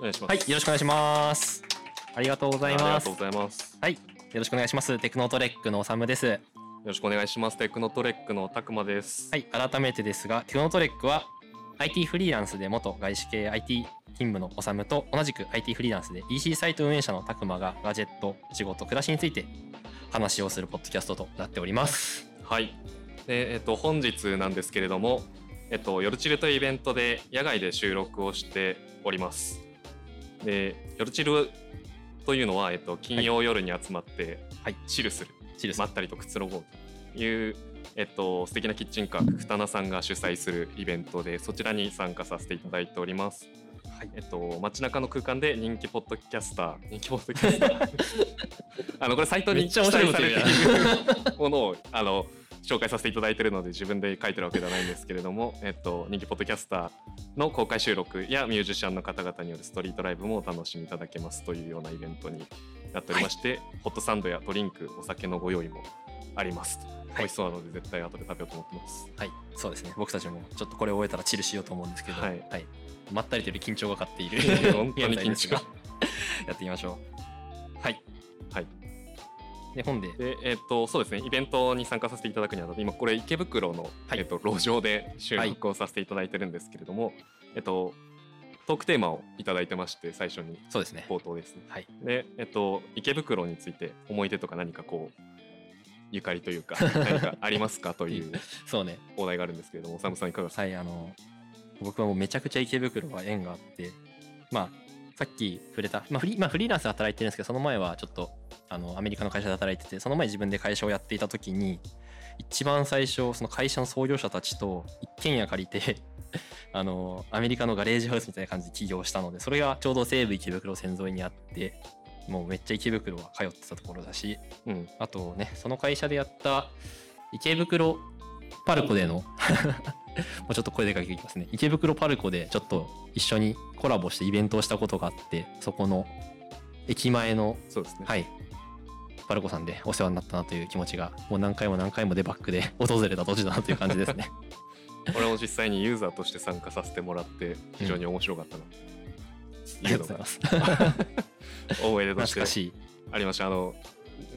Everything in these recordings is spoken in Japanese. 願いします。はい、よろしくお願いします。ありがとうございありまがす。とうございます。はい、よろしくお願いします。テクノトレックのおさむです。よろしくお願いします。テクノトレックのたくまです。はい、改めてですが、テクノトレックは IT フリーランスで元外資系 IT 勤務のおさむと同じく IT フリーランスで EC サイト運営者のたくまがガジェット、仕事、暮らしについて話をするポッドキャストとなっております。はい。で、えっと本日なんですけれども、えっと夜チルというイベントで野外で収録をしております。で、夜チルというのはえっと金曜夜に集まって、はいチルする、シルス、まったりとくつろごうという。えっと、素敵なキッチンカーふたなさんが主催するイベントでそちらに参加させていただいております、はいえっと、街中の空間で人気ポッドキャス ター人気ポッドキャスターあのこれサイトめにっちゃ面白いことさ言れうてないるものをあの紹介させていただいているので自分で書いてるわけではないんですけれども、えっと、人気ポッドキャスターの公開収録やミュージシャンの方々によるストリートライブもお楽しみいただけますというようなイベントになっておりまして、ホットサンドやドリンクお酒のご用意もありますと、い美味しそうなので絶対後で食べようと思ってます。はい、そうですね。僕たちもちょっとこれを終えたらチルしようと思うんですけど、ははいい、まったりというより緊張がかかっているいや 本当に緊張現在ですが やっていきましょう。はい、はいで本で、でえっとそうですねイベントに参加させていただくにあたって今これ池袋の、はいえっと、路上で収録をさせていただいてるんですけれども、えっとトークテーマをいただいてまして最初にそうですね。冒頭ですね。はい、でえっと池袋について思い出とか何かこうゆかりという か何かありますかというそうね。お題があるんですけれどもおさむさんいかがですか、はい、あの僕はもうめちゃくちゃ池袋は縁があって、まあさっき触れた、まあフリーまあフリーランスで働いてるんですけど、その前はちょっとあのアメリカの会社で働いてて、その前自分で会社をやっていた時に。一番最初その会社の創業者たちと一軒家借りて あのアメリカのガレージハウスみたいな感じで起業したのでそれがちょうど西武池袋線沿いにあってもうめっちゃ池袋は通ってたところだしうん、あとねその会社でやった池袋パルコでの もうちょっと声でかけていきますね池袋パルコでちょっと一緒にコラボしてイベントをしたことがあってそこの駅前のそうですね、はい。パルコさんでお世話になったなという気持ちが、もう何回も何回もデバッグで訪れた土地だなという感じですね。俺も実際にユーザーとして参加させてもらって非常に面白かったな、ありがとうご ざいます。懐思い出としてかしい。ありましたあの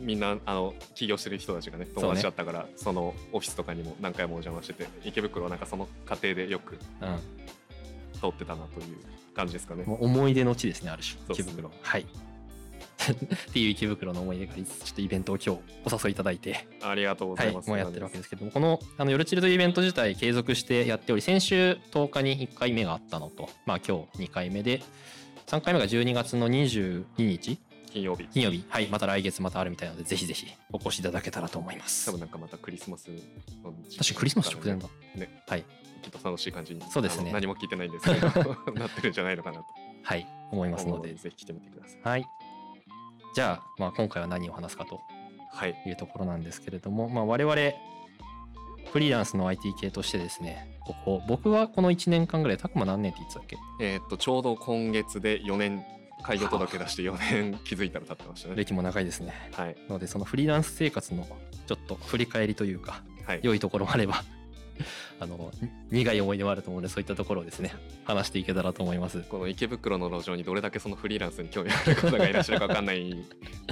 みんなあの起業してる人たちがねね友達だったからそ,、のオフィスとかにも何回もお邪魔してて池袋はなんかその過程でよくうん。通ってたなという感じですかねもう思い出の地ですね、ある種。そう池ですね袋。はい。 っていう池袋の思い出がありつつちょっとイベントを今日お誘いいただいて、ありがとうござはいい、まもす、うやってるわけですけども、この、あの、夜チルドイベント自体継続してやっており、先週10日に1回目があったのと、まあ今日2回目で、3回目が12月の22日金曜日金曜日、はい、また来月またあるみたいなので、ぜひぜひお越しいただけたらと思います。多分なんかまたクリスマスの時期確かにクリスマス直前だ。ねはい。きっと楽しい感じにそうですねあの何も聞いてないんですけ どなってるんじゃないのかなとはい。思います思うののでで。ぜひ来てみてくださいはい。じゃあ、まあ、今回は何を話すかとはいいうところなんですけれども、まあ、我々、フリーランスの IT 系としてですね、ここ、僕はこの1年間ぐらい、たくま何年って言ってたっけえーっとちょうど今月で4年開業届出して4年気づいたら経ってましたね歴も長いですね。はいなので、そのフリーランス生活のちょっと振り返りというか、はい良いところもあれば、 あの、苦い思い出もあると思うので、そういったところをですね、話していけたらと思います。この池袋の路上にどれだけそのフリーランスに興味ある方がいらっしゃるか分かんない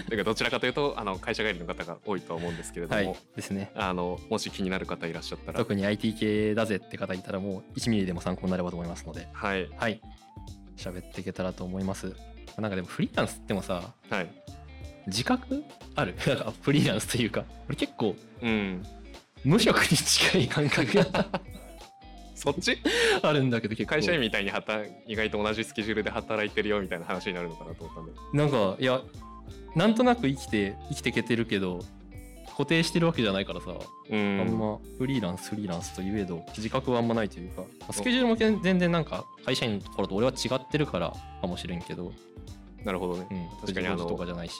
というかどちらかというとあの会社帰りの方が多いとは思うんですけれどはも、い。ですね。あのもし気になる方いらっしゃったら特に IT 系だぜって方いたらもう1ミリでも参考になればと思いますのではいはい喋っていけたらと思いますなんかでもフリーランスってもさはい自覚ある なんかフリーランスというか俺結構うん無職に近い感覚がそっ ちあるんだけど結構会社員みたいに働意外と同じスケジュールで働いてるよみたいな話になるのかなと思ったんでなんかいやなんとなく生きて生きていけてるけど固定してるわけじゃないからさ、うんあんまフリーランスフリーランスといえど自覚はあんまないというかスケジュールも全全然なんか会社員のところと俺は違ってるからかもしれんけど、なるほどね、うん、確かにあ自分事とかのじゃないし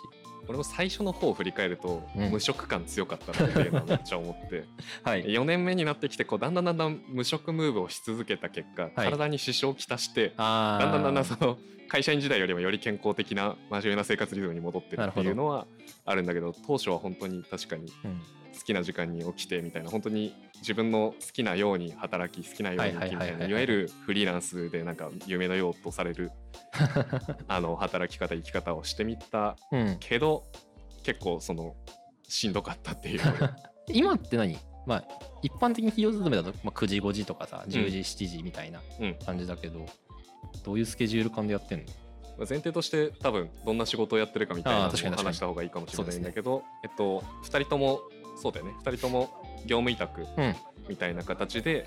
俺も最初の方を振り返ると、うん無職感強かったなっていうのはめっちゃ思って はい。 4年目になってきてこうだんだんだんだん無職ムーブをし続けた結果、体に支障をきたしてあだんだんだんだんそその会社員時代よりもより健康的な真面目な生活リズムに戻ってるっていうのはあるんだけど当初は本当に確かに好きな時間に起きてみたいな本当に自分の好きなように働き好きなように生きみたはいはいはいいはないいわゆるフリーランスでなんか夢のようとされるあの働き方生き方をしてみたうん、 けど結構そのしんどかったっていう今って何まあ一般的に企業勤めだと、まあ、9時5時とかさ10時、7時みたいなうん感じだけどどういうスケジュール感でやってんの前提として多分どんな仕事をやってるかみたいなあー確かのにを確か話にした方がいいかもしれないんそうですねだけど、えっと2人ともそうだよね2人とも業務委託うんみたいな形で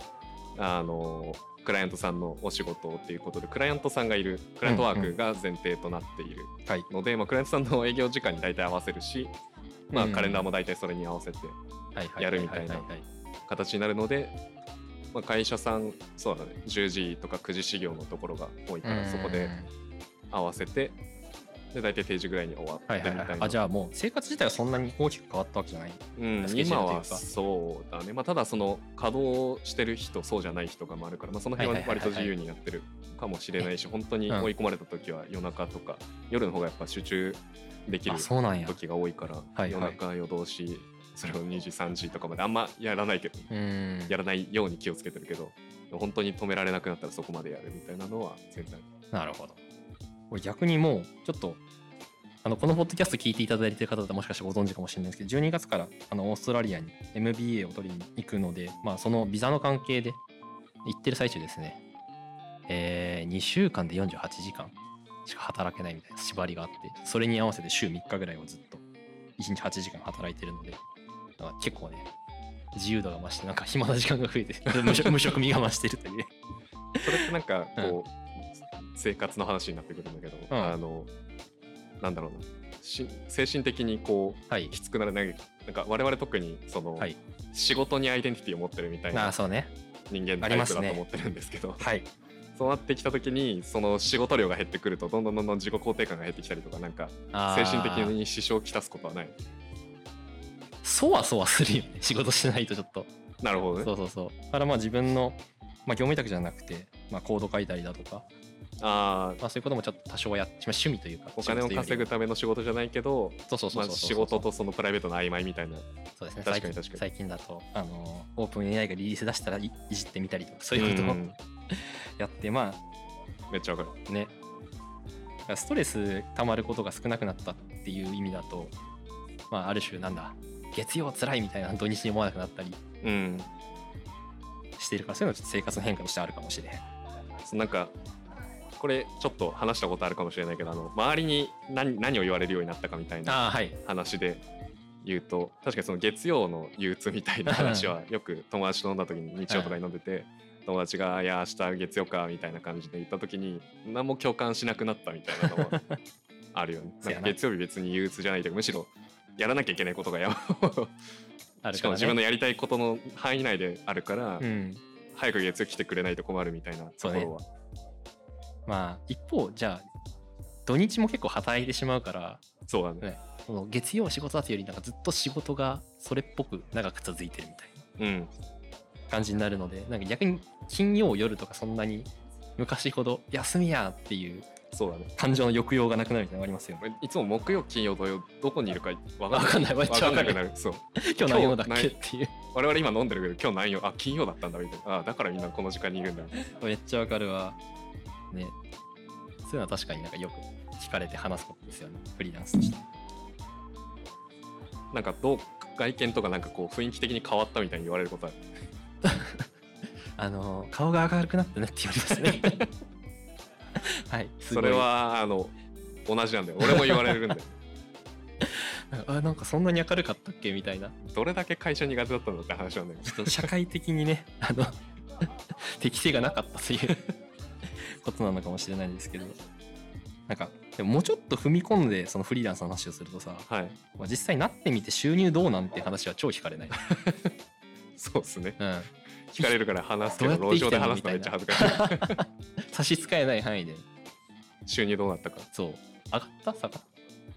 あのクライアントさんのお仕事っていうことでクライアントさんがいるクライアントワークが前提となっているはいので、まあ、クライアントさんの営業時間に大体合わせるし、まあ、うんカレンダーも大体それに合わせてやるみたいなははは形になるので、まあ、会社さんそうだ、ね、10時とか9時始業のところが多いかうらんそこで合わせてで大体定時ぐらいに終わってはいみたはいいな、はいあじゃあもう生活自体はそんなに大きく変わったわけじゃないうん、スケジュ今ールというかはそうだね、まあ、ただその稼働してる人そうじゃない人がもあるから、まあ、その辺ははいはい割はいはとい自由にやってるかもしれないし本当にうん追い込まれた時は夜中とか、夜の方がやっぱ集中できるあそうなんや時が多いから、はい夜中夜通しそれを2時3時とかまであんまやらないけどうんやらないように気をつけてるけど本当に止められなくなったらそこまでやるみたいなのは全然なるほどこれ逆にもうちょっとあのこのポッドキャスト聞いていただいてる方だったらもしかしてご存知かもしれないですけど12月からあのオーストラリアに MBA を取りに行くので、まあ、そのビザの関係で行ってる最中ですね、え2週間で48時間しか働けないみたいな縛りがあってそれに合わせて週3日ぐらいをずっと1日8時間働いてるのでなんか結構ね自由度が増してなんか暇な時間が増えて無職無職味が増してるというそれってなんかこう、生活の話になってくるんだけど、うんあのなんだろうなし精神的にこうはいきつくならないなんか我々特にその、はい仕事にアイデンティティを持ってるみたいあなあそうね人間あタりイまプすだねと思ってるんですけど はいそうなってきた時にその仕事量が減ってくるとどんどんどんどん自己肯定感が減ってきたりとかなんか精神的に支障をきたすことはないそわそわするよね仕事しないとちょっとなるほどそねうそうそうだからまあ自分の、まあ、業務委託じゃなくて、まあ、コード書いたりだとか、あーまあ、そういうこともちょっと多少はやって、まあ、趣味というかお金を稼ぐ仕事というよための仕事じゃないけどりはそうそうそまうあそう仕事とそのプライベートの曖昧みたいなそうですね確かに最近確かに最近だとあのオープン AI がリリース出したらいいじってみたりとか そういうことをんやって、まめっちゃわかるあねだからストレス溜まることが少なくなったっていう意味だと、まあ、ある種なんだ月曜辛いみたいな土日に思わなくなったりうんしてるからそういうのはちょっと生活の変化としてあるかもしれんそのなんかこれちょっと話したことあるかもしれないけどあの周りに何何を言われるようになったかみたいなああはい話で言うと確かにその月曜の憂鬱みた いな話はよく友達と飲んだ時に日曜とかに飲んでて友達が「いや明日月曜か」みたいな感じで言った時に何も共感しなくなったみたいなの はあるよね。そうなんやなか月曜日別に憂鬱じゃないというかむしろやらなきゃいけないことがやばあるしからもか、ね、自分のやりたいことの範囲内であるから、うん、早く月曜来てくれないと困るみたいなところはまあ一方じゃあ土日も結構働いてしまうからそうだね。その月曜仕事だというよりなんかずっと仕事がそれっぽく長く続いてるみたいうんな感じになるのでなんか逆に金曜夜とかそんなに昔ほど休みやっていうそうだね。感情の抑揚がなくなるみたいなのがありますよね。いつも木曜、金曜、土曜、どこにいるかわわかんないめっちゃわかわるんなくなる。そう。今日何曜だっけっていう我々今飲んでるけど、今日何曜、あ、金曜だったんだみたいな。あ、だからみんなこの時間にいるんだ。めっちゃわかるわ。ね。そういうのは確かになんかよく聞かれて話すことですよね。フリーランスとして。なんかどう外見とかなんかこう雰囲気的に変わったみたいに言われることある。あの顔が明るくなったねって言われま すね。はい。すごそいれはあの同じなんだよ。俺も言われるんだよ。 なんかあなんかそんなに明るかったっけみたいなどれだけ会社苦手だったんだって話なんだよ。ちょっと社会的に ねあの適性がなかったという ことなのかもしれないですけどなんかでももうちょっと踏み込んでそのフリーランスの話をするとさ、はい。まあ、実際なってみて収入どうなんて話は超惹かれない、そうですね。うん、聞かれるから話すけど、どうやっ路て生上きてでんの話すのめっちゃ恥ずかしい。差し支えない範囲で収入どうな ったか。そう上がった下がった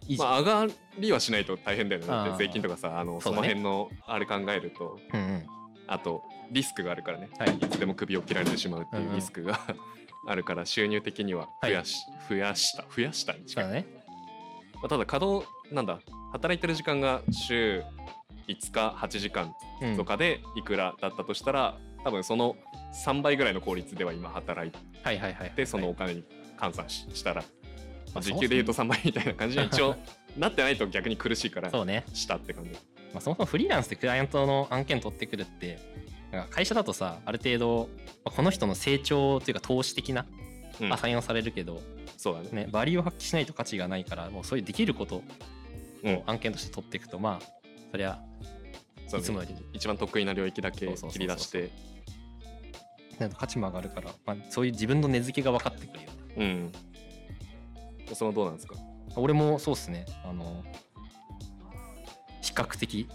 いいじゃん、まあ、上がりはしないと大変だよね。だっあーて税金とかさ、あのそそうのだね辺のあれ考えると、うんうんあとリスクがあるからね、はいい、つでも首を切られてしまうっていんううんうリスクが あるから収入的には増やし、増やした増やしたにそう近いだねまあただ稼働なんだ働いてる時間が週5日8時間うんとかでいくらだったとしたら、多分その3倍ぐらいの効率では今働いはいはいはいはいてそのお金に換算ししたら、まあ時給で言うと3倍みたいな感じに 一応なってないと逆に苦しいからそうね、したって感じ。まあ、そもそもフリーランスでクライアントの案件取ってくるってなんか会社だとさある程度まあこの人の成長というか投資的なうんアサインをされるけど、そうだねね、バリューを発揮しないと価値がないからもうそういうできることうんを案件として取っていくと、まあそりゃそういつもより一番得意な領域だけそうそうそうそう切り出してなんか価値も上がるから、まあ、そういう自分の根付けが分かってくるよねうんそのどうなんですか俺もそうっすねあの比較 的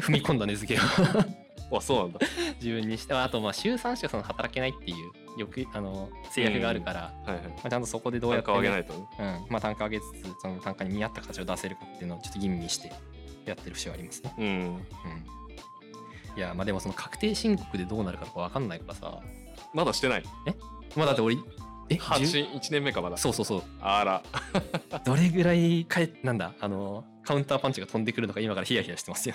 踏み込んだ根付けを あそうなんだ自分にしてあとまあ週3しかその働けないっていうよくあの制約があるから、はいはいまあ、ちゃんとそこでどうや単って価ね、を上げないとねうんまあ、単価上げつつその単価に見合った価値を出せるかっていうのをちょっと吟味してやってる節はありますね、うんうん、いやまあでもその確定申告でどうなるかとか分かんないからさまだしてないまあだって俺え10 81年目かまだそうそうそうあらどれぐらいかえなんだあのカウンターパンチが飛んでくるのか今からヒヤヒヤしてますよ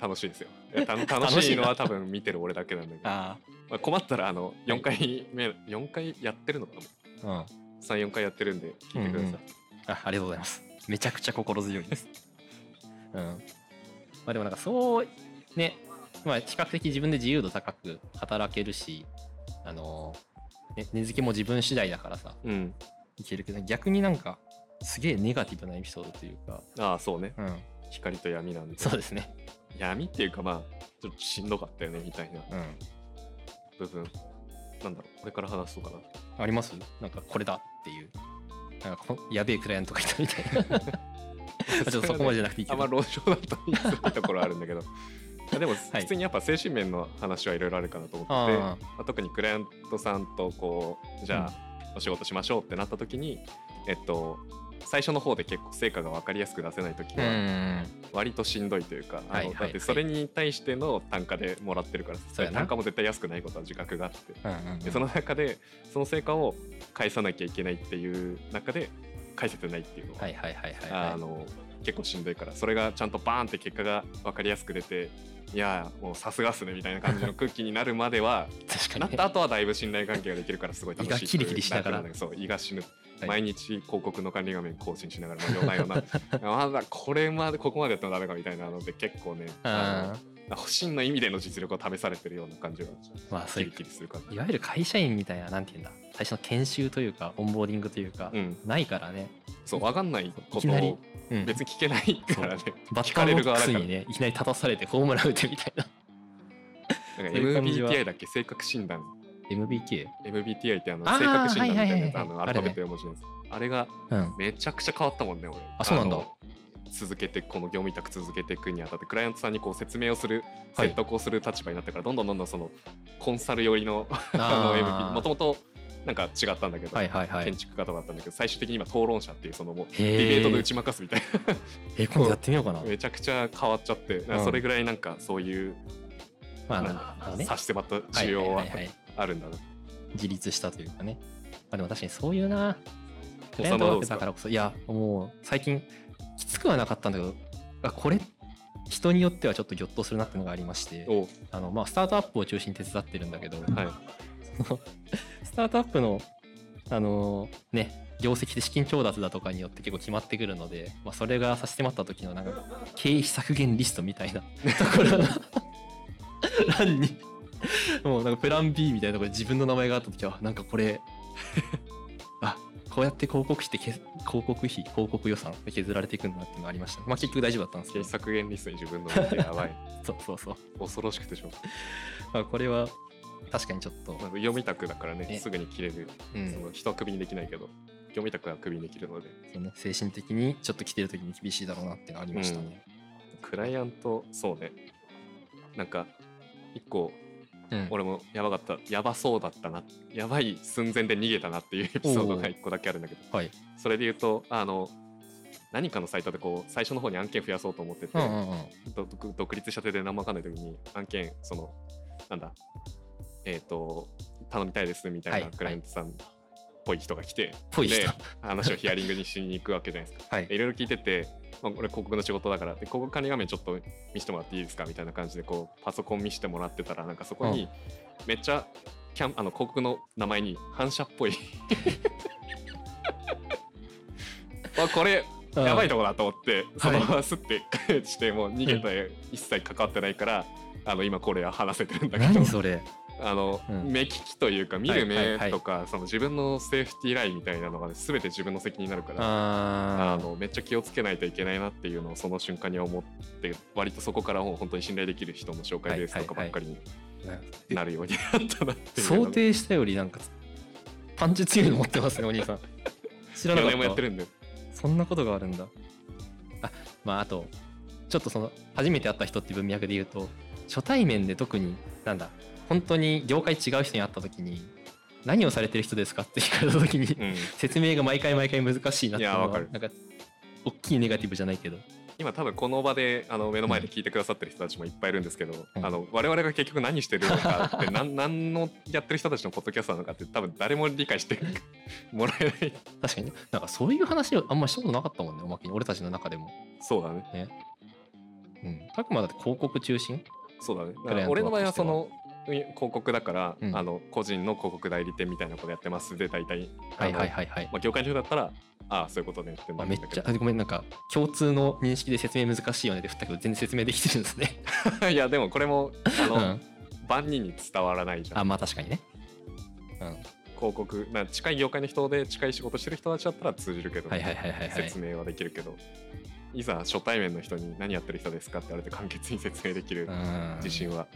楽しいですよいやた楽しいのは多分見てる俺だけなんだ けど、あまあ、困ったらあの4回目4回やってるのかなあうんあ34回やってるんで聞いてください、うんうんありがとうございますめちゃくちゃ心強いです うんまあでもなんかそうねまあ比較的自分で自由度高く働けるしあのね根付けも自分次第だからさうんいけるけど逆になんかすげえネガティブなエピソードというかああそうねうん光と闇なんでそうですね闇っていうかまあちょっとしんどかったよねみたいなうん部分なんだろうこれから話そうかなありますなんかこれだっていうなんかこやべえクライアントがいたみたい なちょっとそこまでじゃなくていいけあんまど論証だったりするところはあるんだけ どでもい普通にやっぱ精神面の話はいろいろあるかなと思ってて、まああ、特にクライアントさんとこうじゃあお仕事しましょうってなった時に、えっと最初の方で結構成果が分かりやすく出せない時あ、うはん、割としんどいというか、はいあのはいだってそれに対しての単価でもらってるから、そうやな単価も絶対安くないことは自覚があって、うんうんうんでその中でその成果を返さなきゃいけないっていう中で返せてないっていうのははいはいはいはいはいあの結構しんどいからそれがちゃんとバーンって結果が分かりやすく出ていやーもうさすがっすねみたいな感じの空気になるまで は確かなにっねた後はだいぶ信頼関係ができるからすごい楽しい胃がキリキリしながらというそう胃が死ぬ、はい毎日広告の管理画面更新しながらまあ夜な 夜なまだこれまでここまでやったらダメかみたいなので結構ねあ あの真の意味での実力を試されてるような感じがーまあそうキリいうキリする感じいわゆる会社員みたいななんて言うんだ最初の研修というかオンボーディングというか、うんないからね、そう分かんないこいきとなりをうん、別に聞けないから ねバ聞ッかタれーボるッ側クだかスらにねいきなり立たされてホームラン打てみた いななんかそういう感じは MBTI だっけ性格診断 MBK MBTI ってあのあー性格診断みたいなやつはいはいはいあのアルファベット4文字のやつあれがうんめちゃくちゃ変わったもんね俺あそうなんだの続けてこの業務委託続けていくにあたってクライアントさんにこう説明をする説得をする立場になってからどんどんどんどんそのコンサル寄りのあの MBTI もともとなんか違ったんだけど、はいはいはい建築家とかだったんだけど最終的に今討論者っていうそのもうへデーィベートで打ち負かすみたいなえ今度やってみようかなめちゃくちゃ変わっちゃってなんかそれぐらいなんかそういうまあななんんかかあのね差し迫った需要はいいいいあるんだな自立したというかねまあでも確かにそういうなクおライさアんンはどうトワーでクすかだからこそいやもう最近きつくはなかったんだけどあこれ人によってはちょっとぎょっとするなっていうのがありましておうあの、まあ、スタートアップを中心に手伝ってるんだけど、はい スタートアップの、あのーね、業績で資金調達だとかによって結構決まってくるので、まあ、それが差し迫った時のなんか経費削減リストみたいな ところの欄にもうなんかプラン B みたいなところで自分の名前があった時はなんかこれ あこうやって広告費ってけ広告費広告予算で削られていくんだっていうのがありました、まあ、結局大丈夫だったんですけ経費ど削減リストに自分の名前や ばいそうそうそう、恐ろしくてしょうがないまあ、これは確かにちょっと、まあ読みたくだからねねすぐに切れる、うんその人はクビにできないけど読みたくはクビにできるのでそうね、精神的にちょっと来てる時に厳しいだろうなってのありましたね。クライアントそうねなんか一個うん俺もやばかったやばそうだったなやばい寸前で逃げたなっていうエピソードが一個だけあるんだけどはい。それで言うとあの何かのサイトでこう最初の方に案件増やそうと思ってて、うんうんうん。ど独独立したてで何もわかんない時に案件そのなんだえっ、と頼みたいですみたいなはいクライアントさんっぽい人が来て、ぽいで人。話をヒアリングにしに行くわけじゃないですか。 はい。いろいろ聞いててまあ、これ広告の仕事だからで広告管理画面ちょっと見せてもらっていいですかみたいな感じでこうパソコン見せてもらってたらなんかそこにめっちゃキャンあの広告の名前に反射っ ぽいあこれやばいとこだと思って、そのままスッて 帰してもう逃げたり一切関わってないから、あの今これは話せてるんだけど何それあの、うん目利きというか見るはいはいは目いとか、その自分のセーフティーラインみたいなのが、ね、全て自分の責任になるから。ああーのめっちゃ気をつけないといけないなっていうのをその瞬間に思って割とそこからもう本当に信頼できる人の紹介ベースとかばっかりになるようになったなっていうのが想定したよりなんかパンチ強いの持ってますねお兄 さん知らな4かっ年もやったてるんでそんなことがあるんだあまああとちょっとその初めて会った人って文脈で言うと初対面で特になんだ本当に業界違う人に会った時に何をされてる人ですかって聞かれた時に、うん説明が毎回毎回難しいなっていうのいやはわかるなんか大きいネガティブじゃないけど今多分この場であの目の前で聞いてくださってる人たちもいっぱいいるんですけど、うんあの我々が結局何してるのか って何何のやってる人たちのポッドキャストなのかって多分誰も理解してもらえない確かにねなんかそういう話をあんましたことなかったもんねおまけに俺たちの中でもそうだねうんたくまだって広告中心そうだねだクかライアントワーら俺クとしてはの場合はそのうん広告だから、うんあの個人の広告代理店みたいなことやってますで大体あはいのはいはいはい、まあ、業界の人だったらああそういうことねってなあ、るんめだっけどちゃあごめんなんか共通の認識で説明難しいよねって振ったけど全然説明できてるんですねいやでもこれもあうの、ん万人に伝わらないじゃ あんまあ確かにね広告な近い業界の人で近い仕事してる人たちだったら通じるけど、はいはいはいはいはい説明はできるけどいざ初対面の人に何やってる人ですかって言われて簡潔に説明できるうん自信は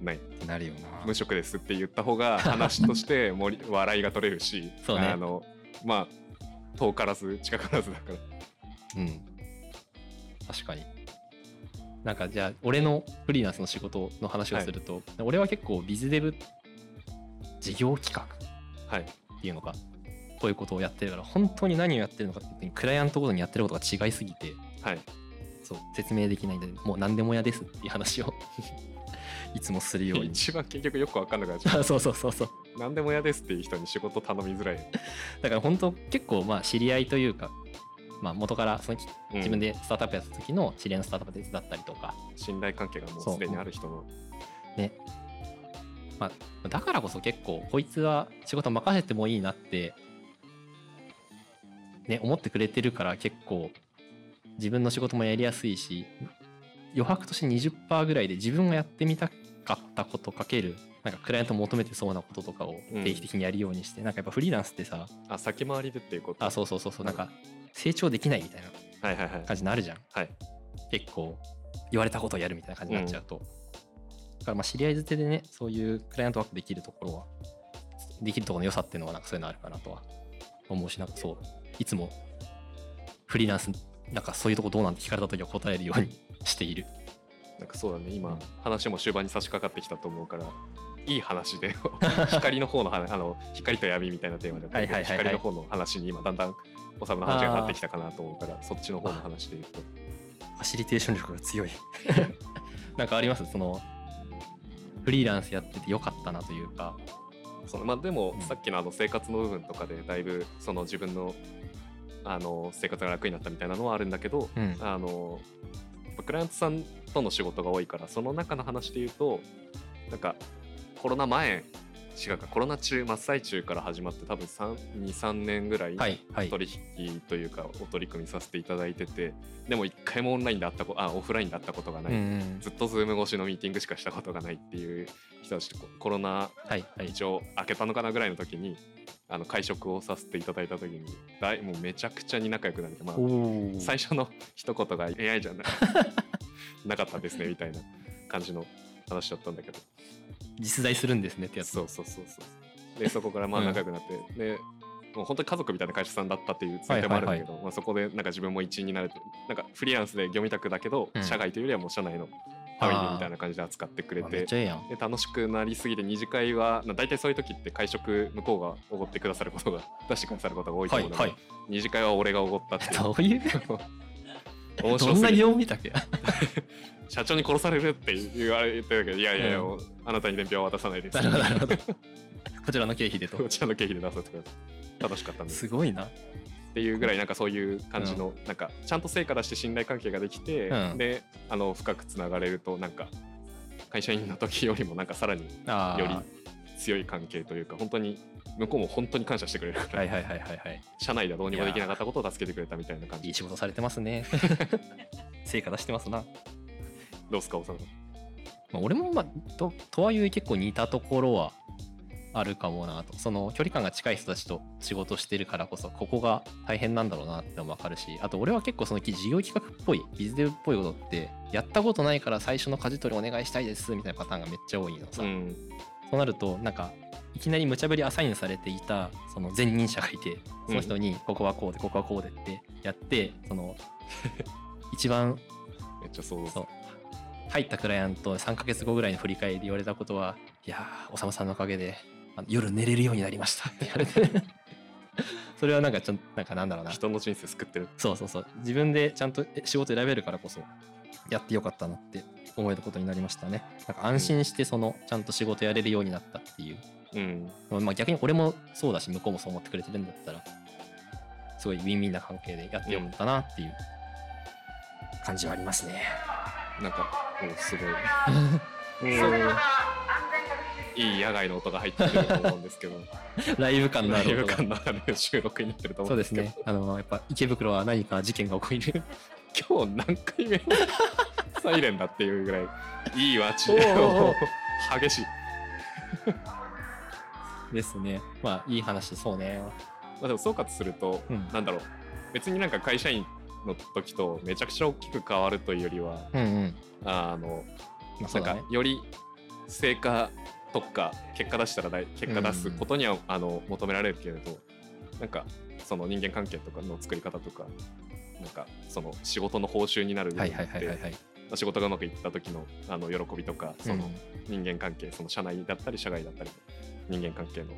ない、ってなるよな無職ですって言った方 が話として盛り笑いが取れるしそうねあのまあ遠からず近からずだからうん確かになんかじゃあ俺のフリーランスの仕事の話をすると、俺は結構ビズデブ事業企画はいっていうのかこういうことをやってるから本当に何をやってるのかっていうとクライアントごとにやってることが違いすぎてはいそう説明できないんでもう何でも嫌ですっていう話を いつもするよう に 一番結局よく分かんなくなっちゃうあそうそうそうそう何でも嫌ですっていう人に仕事頼みづらい、だから本当結構まあ知り合いというか、まあ、元からそのうん自分でスタートアップやった時の知り合いのスタートアップ手伝ったりとか、信頼関係がもうすでにある人のまあ、だからこそ結構こいつは仕事任せてもいいなって、ね、思ってくれてるから結構自分の仕事もやりやすいし余白として20%ぐらいで自分がやってみたかったことかけるなんかクライアント求めてそうなこととかを定期的にやるようにして、なんかやっぱフリーランスってさあ先回りでっていうことあそうそうそうそうなんか成長できないみたいなはいはいはい感じになるじゃんはい結構言われたことをやるみたいな感じになっちゃうと、だからまあ知り合い捨てでねそういうクライアントワークできるところはできるところの良さっていうのはなんかそういうのあるかなとは思うしなんかそういつもフリーランスなんかそういうとこどうなんて聞かれた時は答えるように しているなんかそうだね今、うん話も終盤に差し掛かってきたと思うからいい話 で光の方の話あの光と闇みたいなテーマで、はいはいはいはい光の方の話に今だんだんおさむの話がなってきたかなと思うからそっちの方の話で言うとファシリテーション力が強い なんかありますそのフリーランスやっててよかったなというかそのまあでも、うんさっきのあの生活の部分とかでだいぶその自分のあの生活が楽になったみたいなのはあるんだけど、うんあのやっぱクライアントさんとの仕事が多いからその中の話で言うとなんかコロナ前違うかコロナ中真っ最中から始まって多分23年ぐらいはいはい取引というかお取り組みさせていただいててでも一回もオンラインで会ったこあオフラインで会ったことがない、うんずっとズーム越しのミーティングしかしたことがないっていう人たちとこコロナはいはい一応開けたのかなぐらいの時にあの会食をさせていただいた時にだいもうめちゃくちゃに仲良くなれて、まあ、お最初の一言が AI じゃないなかったですねみたいな感じの話だったんだけど実在するんですねってやつそうそうそうそうでそこからまあうん仲良くなって、でもう本当に家族みたいな会社さんだったっていう前提もあるんだけど、まあ、そこでなんか自分も一員になれてなんかフリーランスで業務委託だけど、うん社外というよりはもう社内のファミリーみたいな感じで扱ってくれあめってちゃええやんで楽しくなりすぎて二次会はな大体そういう時って会食向こうが おごってくださることが出してくださることが多いとは思ういので、 はい二次会は俺がおごったっていうどういう面ど白んすなぎて業務委託や社長に殺されるって言われ言ってるけどいやいやいや、うあなたに伝票は渡さないですなる ほどなるほどこちらの経費で とこちらの経費で出させてください楽しかったんですすごいなっていうぐらいなんかそういう感じの、なんかちゃんと成果出して信頼関係ができて、うんであの深くつながれるとなんか会社員の時よりもなんかさらにあーより強い関係というか本当に向こうも本当に感謝してくれるから、はいはいはいはいはい社内ではどうにもできなかったことを助けてくれたみたいな感いじい仕事されてま すね成果出してますな、どうすかおさんまあ、俺もまあととはいえ結構似たところはあるかもなとその距離感が近い人たちと仕事してるからこそここが大変なんだろうなってのも分かるしあと俺は結構その事業企画っぽいビズデブっぽいことってやったことないから最初の舵取りお願いしたいですみたいなパターンがめっちゃ多いのさ、うんそうなるとなんかいきなり無茶ぶりアサインされていたその前任者がいてその人にここはこうでここはこうでってやって その一番めっちゃ想像すそるう入ったクライアント3ヶ月後ぐらいの振り返りで言われたことはいやーおさむさんのおかげであの夜寝れるようになりました って言われてそれはなんかちょっとなんかなんだろうな人の人生救ってるそうそうそう自分でちゃんとえ仕事選べるからこそやってよかったなって思えることになりましたねなんか安心してそのちゃんと仕事やれるようになったっていううんまあ、逆に俺もそうだし向こうもそう思ってくれてるんだったらすごいウィンウィンな関係でやってよかったなっていう感じはありますね。なんかもうすごいいい野外の音が入ってくると思うんです けどライブ感のあライブる音が感のある収録になってると思そううでんですすけどねあのやっぱ池袋は何か事件が起こりる 今日何回目サイレンだっていうぐらいいいわちおーおーお激しい、ですねまあいい話そうねまあ、でも総括すると、うんなんだろう別になんか会社員の時とめちゃくちゃ大きく変わるというよりはうんうんあのまあそなうんかだねより成果特化結果出したら大結果出すことには、あの求められるけれどなんかその人間関係とかの作り方とかなんかその仕事の報酬になる部分はっいはいはいはいてはい仕事がうまくいった時のあの喜びとかそのうん人間関係、その社内だったり社外だったり人間関係の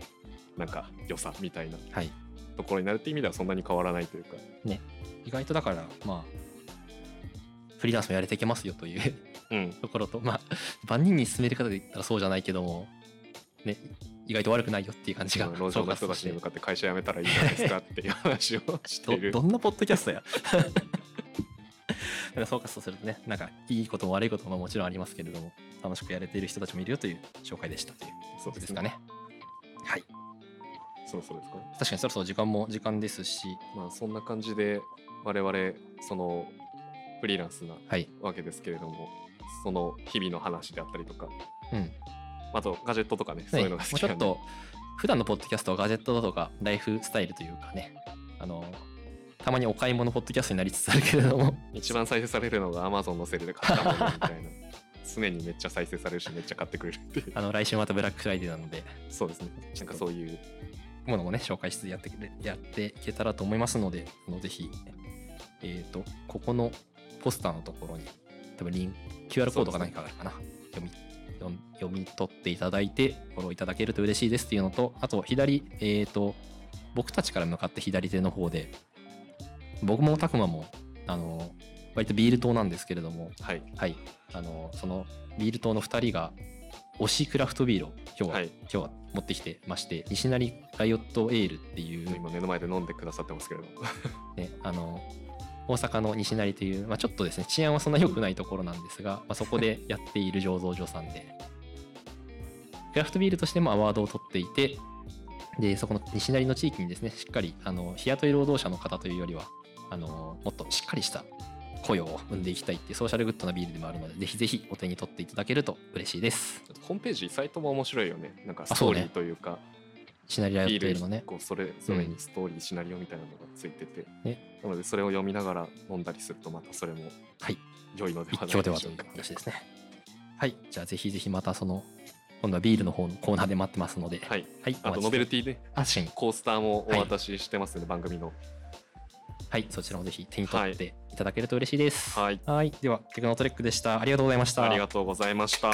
なんか良さみたいなはいところになるって意味ではそんなに変わらないというか意外とだからまあフリーランスもやれていけますよという うんところとまあ万人に勧める方で言ったらそうじゃないけどもね意外と悪くないよっていう感じが路上の人たちに向かって会社辞めたらいいじゃないですかっていう話をしているどどんなポッドキャストや なんか総括とするとねなんかいいことも悪いことももちろんありますけれども楽しくやれている人たちもいるよという紹介でしたというそうことですかねはいそうそうですか確かにそろそろ時間も時間ですしまあそんな感じで我々そのフリーランスなはいわけですけれどもその日々の話であったりとかうんあとガジェットとかねそういうのがね好もきうちょなっんでと普段のポッドキャストはガジェットだとかライフスタイルというかねあのたまにお買い物ポッドキャストになりつつあるけれども一番再生されるのが Amazon のセールで買ったものみたいな常にめっちゃ再生されるしめっちゃ買ってくれるっていうあの来週またブラックフライデーなのでそうですねなんかそういうものもね紹介しつつやってくれやっていけたらと思いますのであのぜひ、えー、とここのポスターのところに多分リン QR コードか何かがあるかな、読み読み読み取っていただいてフォローいただけると嬉しいですっていうのとあと左えっ、と僕たちから向かって左手の方で僕も拓磨もあの割とビール党なんですけれどもはいはいあのそのビール党の2人が推しクラフトビールを今日は、はい今日は持ってきてまして西成ライオットエールっていう、今目の前で飲んでくださってますけれどもね、あの大阪の西成という、まあ、ちょっとですね治安はそんな良くないところなんですが、まあ、そこ でやっている醸造所さんでクラフトビールとしてもアワードを取っていてでそこの西成の地域にですねしっかりあの日雇い労働者の方というよりはあのもっとしっかりした雇用を生んでいきたいっていうソーシャルグッドなビールでもあるのでぜひぜひお手に取っていただけると嬉しいですホームページサイトも面白いよねなんかあストそうーねリーというかシナリオやってビいるールのね1。個それぞれにストーリー、シナリオみたいなのがついてて、ねなのでそれを読みながら飲んだりするとまたそれもはい良いのでは一ない挙ではしとょいううか。話ですね。はい。じゃあぜひぜひまたその、今度はビールの方のコーナーで待ってますので。はい、はい。あとノベルティでアシン。コースターもお渡ししてますので、番組のはい。そちらもぜひ手に取っていただけると嬉しいです。はい。はい。では、テクノトレックでした。ありがとうございました。ありがとうございましたあ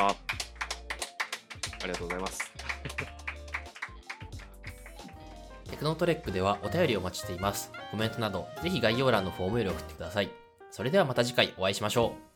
りがとうございますテクノトレックではお便りをお待ちしています。コメントなど、ぜひ概要欄のフォームより送ってください。それではまた次回お会いしましょう。